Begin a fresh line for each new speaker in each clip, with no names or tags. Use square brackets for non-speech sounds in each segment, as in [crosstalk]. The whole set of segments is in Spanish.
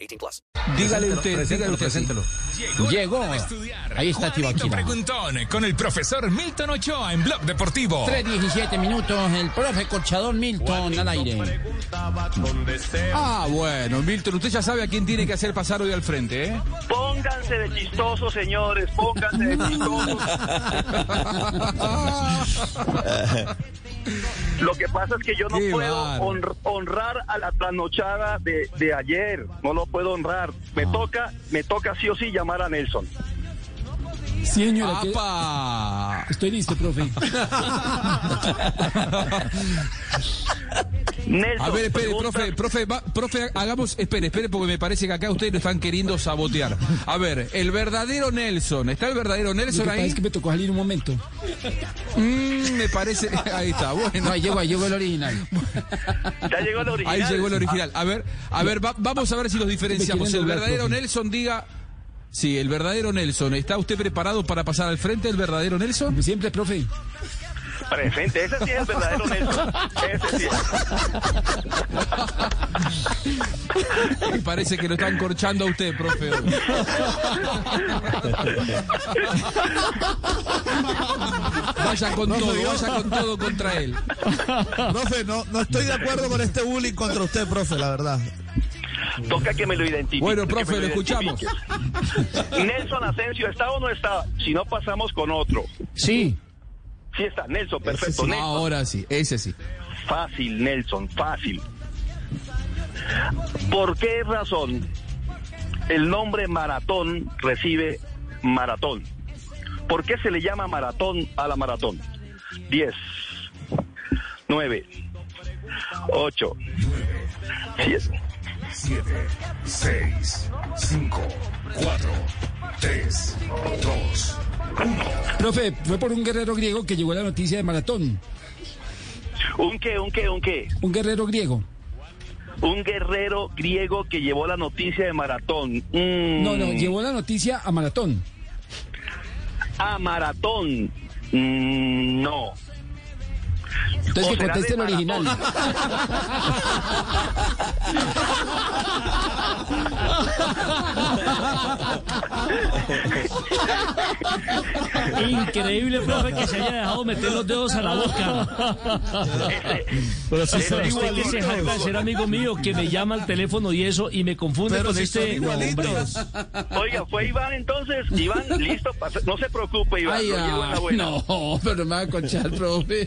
18 plus.
Dígale usted, dígale usted.
preséntelo.
Llegó.
hora de estudiar.
Ahí está
Juanito
Tibaquira.
Preguntón eh, con el profesor Milton Ochoa en Blog Deportivo.
3.17 minutos, el profe Corchador Milton al aire.
Ah, bueno, Milton, usted ya sabe a quién tiene que hacer pasar hoy al frente, ¿eh?
Pónganse de chistosos, señores, pónganse de chistosos. Lo que pasa es que yo no
Qué
puedo
bárbaro.
honr- honrar a la trasnochada de, de ayer, no lo puedo honrar. Me toca, me toca sí o sí llamar a Nelson.
Señora, que-
¡Apa!
estoy
[laughs]
listo, profe.
Nelson,
A ver, espere,
pregunta-
profe, profe, va- profe, hagamos, espere, espere, porque me parece que acá ustedes lo están queriendo sabotear. A ver, el verdadero Nelson, ¿está el verdadero
Lo
Nelson
que pasa
ahí?
es que me tocó salir un momento.
Mm, me parece, [laughs] ahí está, bueno.
[laughs] No, ahí llegó, ahí llegó el original.
ya llegó el original.
Ahí llegó el original. A ver, a ver, va- vamos a ver si los diferenciamos.
quieren
El
doblar,
verdadero
profe.
Nelson diga, sí, el verdadero Nelson, ¿está usted preparado para pasar al frente el verdadero Nelson?
Como siempre, profe.
Presente, ese sí es el verdadero Nelson. Ese sí es.
Me parece que lo están corchando a usted, profe. Vaya con todo, vaya con todo contra él.
Profe, no, no estoy de acuerdo con este bullying contra usted, profe, la verdad.
Toca que me lo identifique.
Bueno,
que me
profe, lo escuchamos.
identifique. Nelson Asensio, ¿está o no está? Si no, pasamos con otro.
Sí.
Sí está, Nelson, perfecto. Nelson.
Ahora sí, Ah. ese sí.
Fácil, Nelson, fácil. ¿Por qué razón el nombre maratón recibe maratón? ¿Por qué se le llama maratón a la maratón? 10, 9, 8, 7.
7, 6, 5, 4, 3, 2.
Profe, fue por un guerrero griego que llegó la noticia de maratón.
¿Un qué, un qué, un qué?
Un guerrero griego.
Un guerrero griego que llevó la noticia de maratón. Mm,
No, no, llevó la noticia a maratón.
A maratón. Mm, no.
Entonces
O
que
será
conteste el
de
original.
Increíble, profe, que se haya dejado meter los dedos a la boca. Pero si
son
usted que se jacta de ser amigo mío, que me llama al teléfono y eso, y me confunde
Pero
con
si son
este.
igualitos.
Oiga, fue Iván entonces. Iván, listo. pasa- No se preocupe, Iván.
Ay,
lo llevo en
[laughs]
la
ah,
buena.
[laughs]
no, pero no me va a conchar, profe.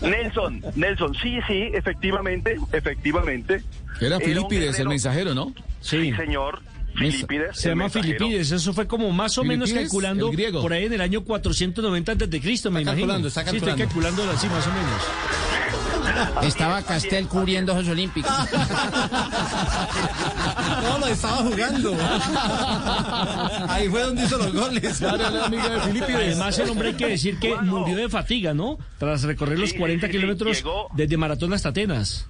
Nelson, Nelson, sí, sí, efectivamente, efectivamente.
Era
un
Filipides el
guerrero.
mensajero, ¿no?
Sí, señor. Filipides.
Se
el
llama
mensajero.
Filipides, eso fue como más o menos
Filipides,
calculando
el griego.
por ahí en el año 490 antes de Cristo, me imagino.
calculando, está
Sí, estoy calculando así más o menos.
Estaba Castel cubriendo los
[laughs]
Olímpicos.
No, lo estaba jugando. [laughs] Ahí fue donde hizo
[laughs]
los goles.
Además, el hombre hay que decir que
Juanjo.
murió de fatiga, ¿no? Tras recorrer los
Sí,
40
sí, sí,
kilómetros
llegó.
desde Maratón hasta Atenas.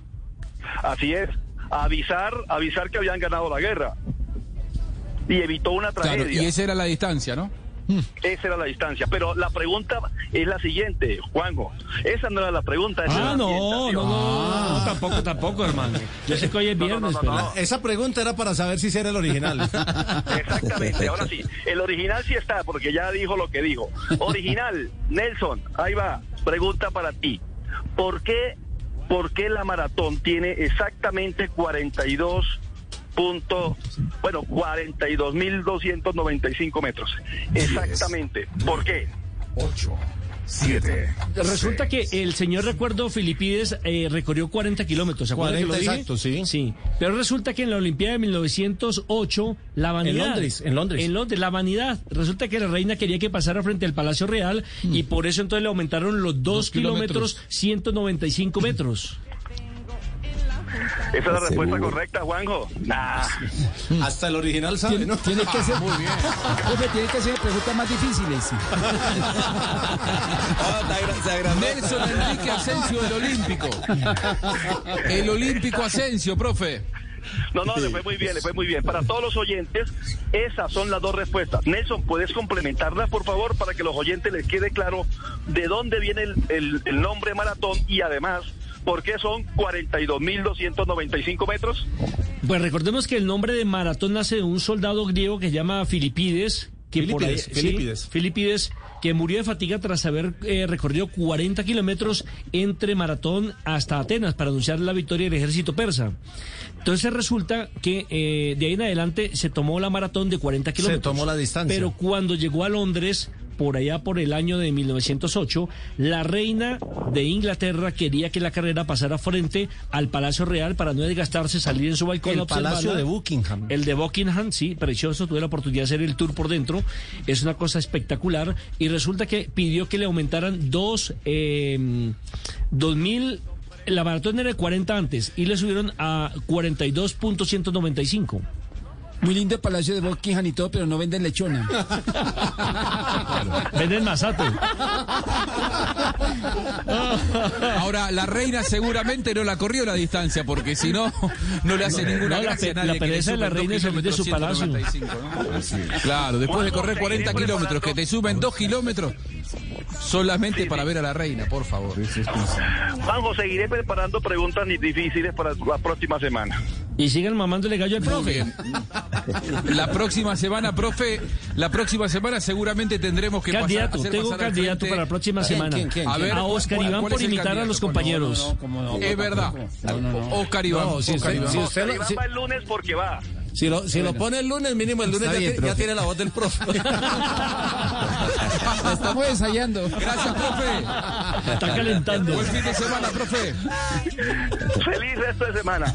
Así es. Avisar, avisar que habían ganado la guerra. Y evitó una tragedia.
Claro, y esa era la distancia, ¿no?
Esa era la distancia. Pero la pregunta es la siguiente, Juanjo. Esa no era la pregunta. esa era
Ah,
la
no, no,
orientación.
no, no, tampoco, tampoco, hermano. Yo sé que hoy es
No, no, no,
viernes,
no,
pero.
no.
Esa pregunta era para saber si ese era el [laughs] original.
Exactamente, ahora sí. El original sí está, porque ya dijo lo que dijo. Original, Nelson, ahí va. Pregunta para ti. ¿Por qué, por qué la maratón tiene exactamente 42 punto, bueno, 42.295 metros? Exactamente. ¿Por qué?
8, 7.
Resulta que el señor, recuerdo, Filipides eh, recorrió 40 kilómetros. ¿Se acuerdan
40
que lo dije?
exacto, sí.
Sí. Pero resulta que en la Olimpiada de 1908, la vanidad.
Londres, en Londres.
En Londres, la vanidad. Resulta que la reina quería que pasara frente al Palacio Real y
Mm.
por eso entonces le aumentaron los 2
kilómetros.
kilómetros, 195 metros.
Esa es la respuesta correcta, Juanjo. Nah.
Hasta el original sabe, ¿no? Ah,
Tiene que ser. Muy bien. Profe, tiene que ser preguntas más difíciles.
[laughs]
Nelson Enrique Asensio, el olímpico. El olímpico Asensio, profe.
No, no, le fue muy bien, le fue muy bien. Para todos los oyentes, esas son las dos respuestas. Nelson, ¿puedes complementarlas, por favor, para que los oyentes les quede claro de dónde viene el, el- el nombre maratón y además, ¿por qué son 42.295 metros?
Pues recordemos que el nombre de maratón nace de un soldado griego que se llama Filipides. Que por ahí-
Filipides,
sí,
Filipides.
Filipides, que murió de fatiga tras haber eh, recorrido 40 kilómetros entre Maratón hasta Atenas para anunciar la victoria del ejército persa. Entonces resulta que eh, de ahí en adelante se tomó la maratón de 40 kilómetros.
tomó la distancia.
Pero cuando llegó a Londres, por allá por el año de 1908, la reina de Inglaterra quería que la carrera pasara frente al Palacio Real para no desgastarse, salir en su balcón.
El
a observarla.
Palacio de Buckingham.
El de Buckingham, sí, precioso. Tuve la oportunidad de hacer el tour por dentro. Es una cosa espectacular. Y resulta que pidió que le aumentaran dos, eh, dos mil. La maratón era de 40 antes y le subieron a 42.195.
Muy lindo el palacio de Buckingham y todo, pero no venden lechona.
Venden masato.
Ahora, la reina seguramente no la corrió la distancia, porque si no, no le hace ninguna
no, la
gracia
pe-
a nadie.
la
que le
pereza de la
sumen
reina
dos
es salir de su
kilómetros,
palacio.
195, ¿no? Claro, después de correr 40
seguiré
kilómetros, que
preparando.
te suben 2 kilómetros, solamente para ver a la reina, por favor.
Juanjo, seguiré preparando preguntas ni- difíciles para la próxima semana.
Y sigan mamándole gallo al profe.
Bien. La próxima semana, profe, la próxima semana seguramente tendremos que pasar-
Candidato,
hacer
tengo
pasar al
candidato
frente-
para la próxima
¿Quién,
semana.
quién, quién,
A,
quién?
ver, a Oscar
¿cuál-
Iván
cuál
por
es el
invitar a los
candidato? No,
compañeros.
Es verdad. Oscar Iván.
No, Oh, sí,
Oscar
sí,
Iván.
sí.
No,
usted lo-
Iván
sí.
va el lunes porque va.
Si lo, si lo pone el lunes, mínimo el lunes ya,
bien,
ti- ya
profe.
tiene la voz del profe.
La Estamos ensayando.
Gracias, profe.
Está calentando.
Buen fin de semana, profe.
Feliz resto de semana.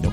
No